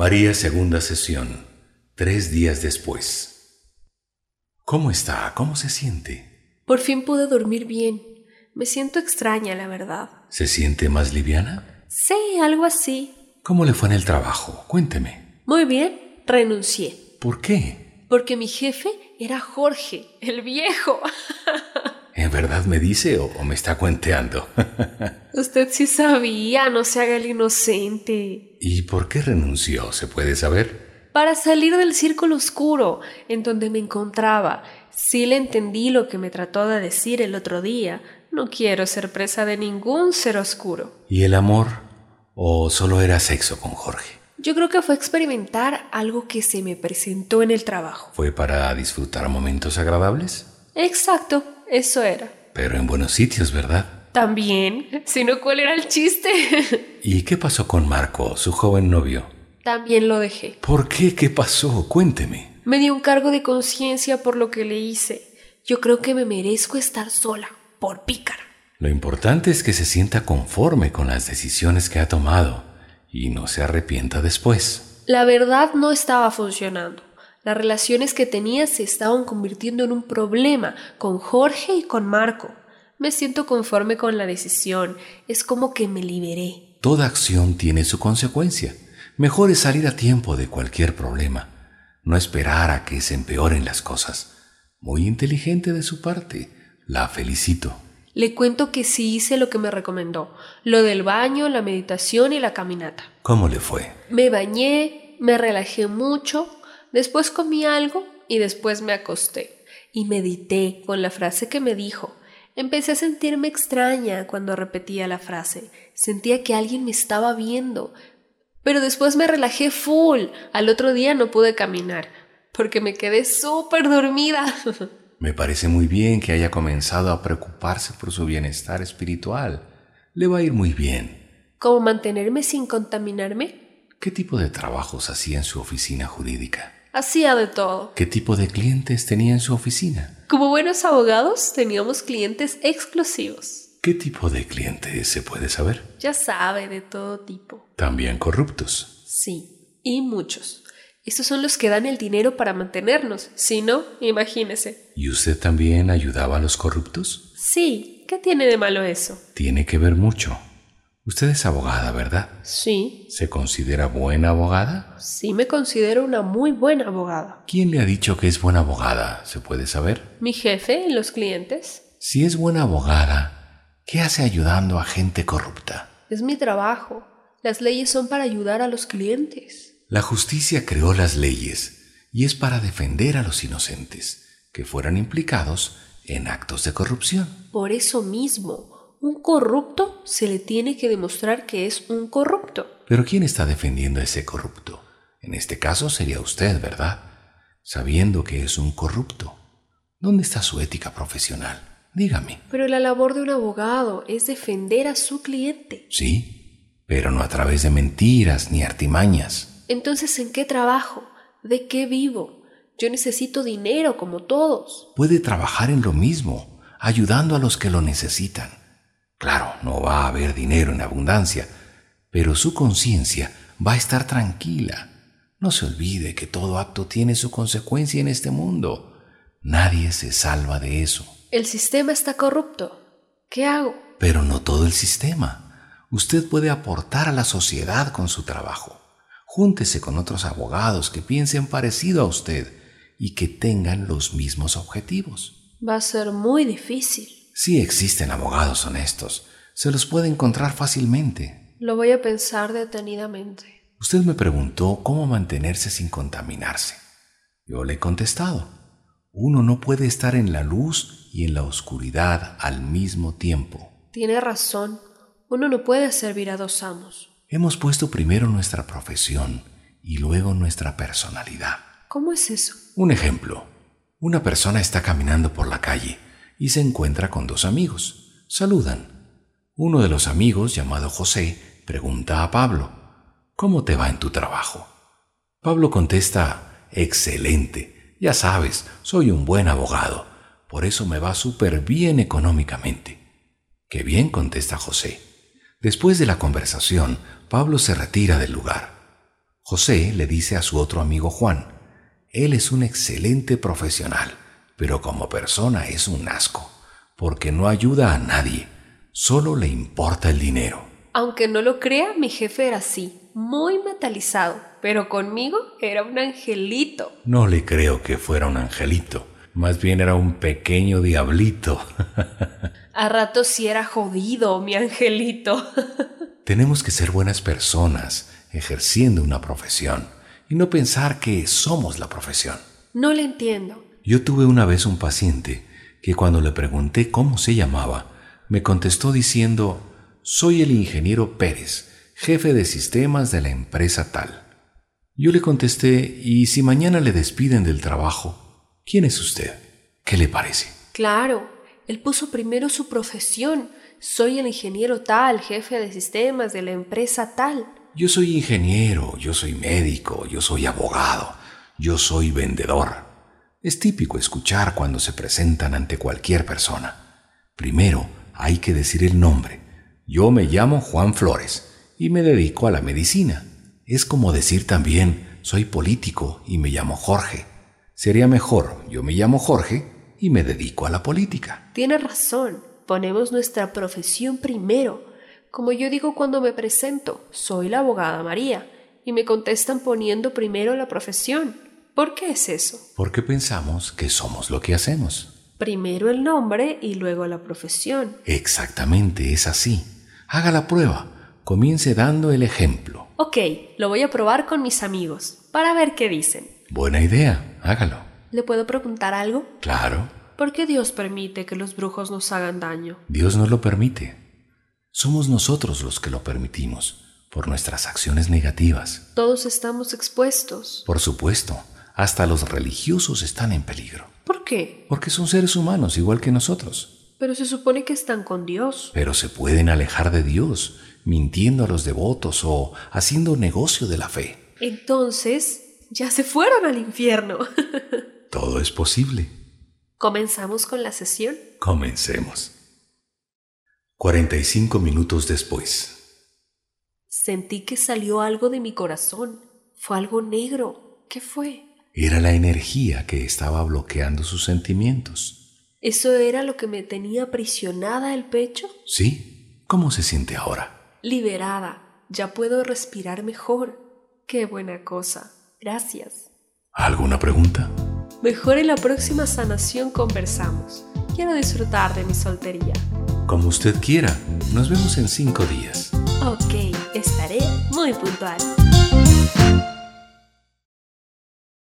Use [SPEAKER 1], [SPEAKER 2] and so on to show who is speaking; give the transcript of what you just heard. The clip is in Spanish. [SPEAKER 1] Haría segunda sesión, tres días después. ¿Cómo está? ¿Cómo se siente?
[SPEAKER 2] Por fin pude dormir bien. Me siento extraña, la verdad.
[SPEAKER 1] ¿Se siente más liviana?
[SPEAKER 2] Sí, algo así.
[SPEAKER 1] ¿Cómo le fue en el trabajo? Cuénteme.
[SPEAKER 2] Muy bien, renuncié.
[SPEAKER 1] ¿Por qué?
[SPEAKER 2] Porque mi jefe era Jorge, el viejo.
[SPEAKER 1] ¿En verdad me dice o, me está cuenteando?
[SPEAKER 2] Usted sí sabía, no se haga el inocente.
[SPEAKER 1] ¿Y por qué renunció? ¿Se puede saber?
[SPEAKER 2] Para salir del círculo oscuro en donde me encontraba. Sí le entendí lo que me trató de decir el otro día. No quiero ser presa de ningún ser oscuro.
[SPEAKER 1] ¿Y el amor? ¿O solo era sexo con Jorge?
[SPEAKER 2] Yo creo que fue experimentar algo que se me presentó en el trabajo.
[SPEAKER 1] ¿Fue para disfrutar momentos agradables?
[SPEAKER 2] Exacto, eso era.
[SPEAKER 1] Pero en buenos sitios, ¿verdad?
[SPEAKER 2] También, si no, ¿cuál era el chiste?
[SPEAKER 1] ¿Y qué pasó con Marco, su joven novio?
[SPEAKER 2] También lo dejé.
[SPEAKER 1] ¿Por qué? ¿Qué pasó? Cuénteme.
[SPEAKER 2] Me dio un cargo de conciencia por lo que le hice. Yo creo que me merezco estar sola, por pícara.
[SPEAKER 1] Lo importante es que se sienta conforme con las decisiones que ha tomado y no se arrepienta después.
[SPEAKER 2] La verdad no estaba funcionando. Las relaciones que tenía se estaban convirtiendo en un problema con Jorge y con Marco. Me siento conforme con la decisión. Es como que me liberé.
[SPEAKER 1] Toda acción tiene su consecuencia. Mejor es salir a tiempo de cualquier problema. No esperar a que se empeoren las cosas. Muy inteligente de su parte. La felicito.
[SPEAKER 2] Le cuento que sí hice lo que me recomendó. Lo del baño, la meditación y la caminata.
[SPEAKER 1] ¿Cómo le fue?
[SPEAKER 2] Me bañé, me relajé mucho, después comí algo y después me acosté. Y medité con la frase que me dijo. Empecé a sentirme extraña cuando repetía la frase. Sentía que alguien me estaba viendo. Pero después me relajé full. Al otro día no pude caminar porque me quedé súper dormida.
[SPEAKER 1] Me parece muy bien que haya comenzado a preocuparse por su bienestar espiritual. Le va a ir muy bien.
[SPEAKER 2] ¿Cómo mantenerme sin contaminarme?
[SPEAKER 1] ¿Qué tipo de trabajos hacía en su oficina jurídica?
[SPEAKER 2] Hacía de todo.
[SPEAKER 1] ¿Qué tipo de clientes tenía en su oficina?
[SPEAKER 2] Como buenos abogados teníamos clientes exclusivos.
[SPEAKER 1] ¿Qué tipo de clientes se puede saber?
[SPEAKER 2] Ya sabe, de todo tipo.
[SPEAKER 1] También corruptos.
[SPEAKER 2] Sí, y muchos. Estos son los que dan el dinero para mantenernos. Si no, imagínese.
[SPEAKER 1] ¿Y usted también ayudaba a los corruptos?
[SPEAKER 2] Sí, ¿qué tiene de malo eso?
[SPEAKER 1] Tiene que ver mucho. Usted es abogada, ¿verdad?
[SPEAKER 2] Sí.
[SPEAKER 1] ¿Se considera buena abogada?
[SPEAKER 2] Sí, me considero una muy buena abogada.
[SPEAKER 1] ¿Quién le ha dicho que es buena abogada? ¿Se puede saber?
[SPEAKER 2] Mi jefe y los clientes.
[SPEAKER 1] Si es buena abogada, ¿qué hace ayudando a gente corrupta?
[SPEAKER 2] Es mi trabajo. Las leyes son para ayudar a los clientes.
[SPEAKER 1] La justicia creó las leyes y es para defender a los inocentes que fueran implicados en actos de corrupción.
[SPEAKER 2] Por eso mismo, un corrupto se le tiene que demostrar que es un corrupto.
[SPEAKER 1] Pero ¿quién está defendiendo a ese corrupto? En este caso sería usted, ¿verdad? Sabiendo que es un corrupto. ¿Dónde está su ética profesional? Dígame.
[SPEAKER 2] Pero la labor de un abogado es defender a su cliente.
[SPEAKER 1] Sí, pero no a través de mentiras ni artimañas.
[SPEAKER 2] Entonces, ¿en qué trabajo? ¿De qué vivo? Yo necesito dinero como todos.
[SPEAKER 1] Puede trabajar en lo mismo, ayudando a los que lo necesitan. Claro, no va a haber dinero en abundancia, pero su conciencia va a estar tranquila. No se olvide que todo acto tiene su consecuencia en este mundo. Nadie se salva de eso.
[SPEAKER 2] El sistema está corrupto. ¿Qué hago?
[SPEAKER 1] Pero no todo el sistema. Usted puede aportar a la sociedad con su trabajo. Júntese con otros abogados que piensen parecido a usted y que tengan los mismos objetivos.
[SPEAKER 2] Va a ser muy difícil.
[SPEAKER 1] Sí existen abogados honestos. Se los puede encontrar fácilmente.
[SPEAKER 2] Lo voy a pensar detenidamente.
[SPEAKER 1] Usted me preguntó cómo mantenerse sin contaminarse. Yo le he contestado. Uno no puede estar en la luz y en la oscuridad al mismo tiempo.
[SPEAKER 2] Tiene razón. Uno no puede servir a dos amos.
[SPEAKER 1] Hemos puesto primero nuestra profesión y luego nuestra personalidad.
[SPEAKER 2] ¿Cómo es eso?
[SPEAKER 1] Un ejemplo. Una persona está caminando por la calle y se encuentra con dos amigos. Saludan. Uno de los amigos, llamado José, pregunta a Pablo, ¿Cómo te va en tu trabajo? Pablo contesta, Excelente. Ya sabes, soy un buen abogado. Por eso me va súper bien económicamente. Qué bien, contesta José. Después de la conversación, Pablo se retira del lugar. José le dice a su otro amigo Juan, él es un excelente profesional, pero como persona es un asco, porque no ayuda a nadie, solo le importa el dinero.
[SPEAKER 2] Aunque no lo crea, mi jefe era así, muy metalizado, pero conmigo era un angelito.
[SPEAKER 1] No le creo que fuera un angelito, más bien era un pequeño diablito.
[SPEAKER 2] A ratos sí era jodido, mi angelito.
[SPEAKER 1] Tenemos que ser buenas personas ejerciendo una profesión y no pensar que somos la profesión.
[SPEAKER 2] No le entiendo.
[SPEAKER 1] Yo tuve una vez un paciente que cuando le pregunté cómo se llamaba, me contestó diciendo, soy el ingeniero Pérez, jefe de sistemas de la empresa tal. Yo le contesté, ¿y si mañana le despiden del trabajo? ¿Quién es usted? ¿Qué le parece?
[SPEAKER 2] Claro, él puso primero su profesión. Soy el ingeniero tal, jefe de sistemas de la empresa tal.
[SPEAKER 1] Yo soy ingeniero, yo soy médico, yo soy abogado, yo soy vendedor. Es típico escuchar cuando se presentan ante cualquier persona. Primero hay que decir el nombre. Yo me llamo Juan Flores y me dedico a la medicina. Es como decir también soy político y me llamo Jorge. Sería mejor yo me llamo Jorge y me dedico a la política.
[SPEAKER 2] Tiene razón, ponemos nuestra profesión primero. Como yo digo cuando me presento, soy la abogada María, y me contestan poniendo primero la profesión. ¿Por qué es eso?
[SPEAKER 1] Porque pensamos que somos lo que hacemos.
[SPEAKER 2] Primero el nombre y luego la profesión.
[SPEAKER 1] Exactamente, es así. Haga la prueba. Comience dando el ejemplo.
[SPEAKER 2] Ok, lo voy a probar con mis amigos, para ver qué dicen.
[SPEAKER 1] Buena idea, hágalo.
[SPEAKER 2] ¿Le puedo preguntar algo?
[SPEAKER 1] Claro,
[SPEAKER 2] ¿Por qué Dios permite que los brujos nos hagan daño?
[SPEAKER 1] Dios no lo permite. Somos nosotros los que lo permitimos, por nuestras acciones negativas.
[SPEAKER 2] Todos estamos expuestos.
[SPEAKER 1] Por supuesto, hasta los religiosos están en peligro,
[SPEAKER 2] ¿Por qué?
[SPEAKER 1] porque son seres humanos igual que nosotros,
[SPEAKER 2] Pero se supone que están con Dios.
[SPEAKER 1] pero se pueden alejar de Dios, mintiendo a los devotos o haciendo negocio de la fe.
[SPEAKER 2] Entonces, ya se fueron al infierno.
[SPEAKER 1] Todo es posible.
[SPEAKER 2] ¿Comenzamos con la sesión?
[SPEAKER 1] Comencemos. 45 minutos después.
[SPEAKER 2] Sentí que salió algo de mi corazón. Fue algo negro. ¿Qué fue?
[SPEAKER 1] Era la energía que estaba bloqueando sus sentimientos.
[SPEAKER 2] ¿Eso era lo que me tenía aprisionada el pecho?
[SPEAKER 1] ¿Sí? ¿Cómo se siente ahora?
[SPEAKER 2] Liberada. Ya puedo respirar mejor. Qué buena cosa. Gracias.
[SPEAKER 1] ¿Alguna pregunta?
[SPEAKER 2] Mejor en la próxima sanación conversamos. Quiero disfrutar de mi soltería.
[SPEAKER 1] Como usted quiera. Nos vemos en cinco días.
[SPEAKER 2] Ok, estaré muy puntual.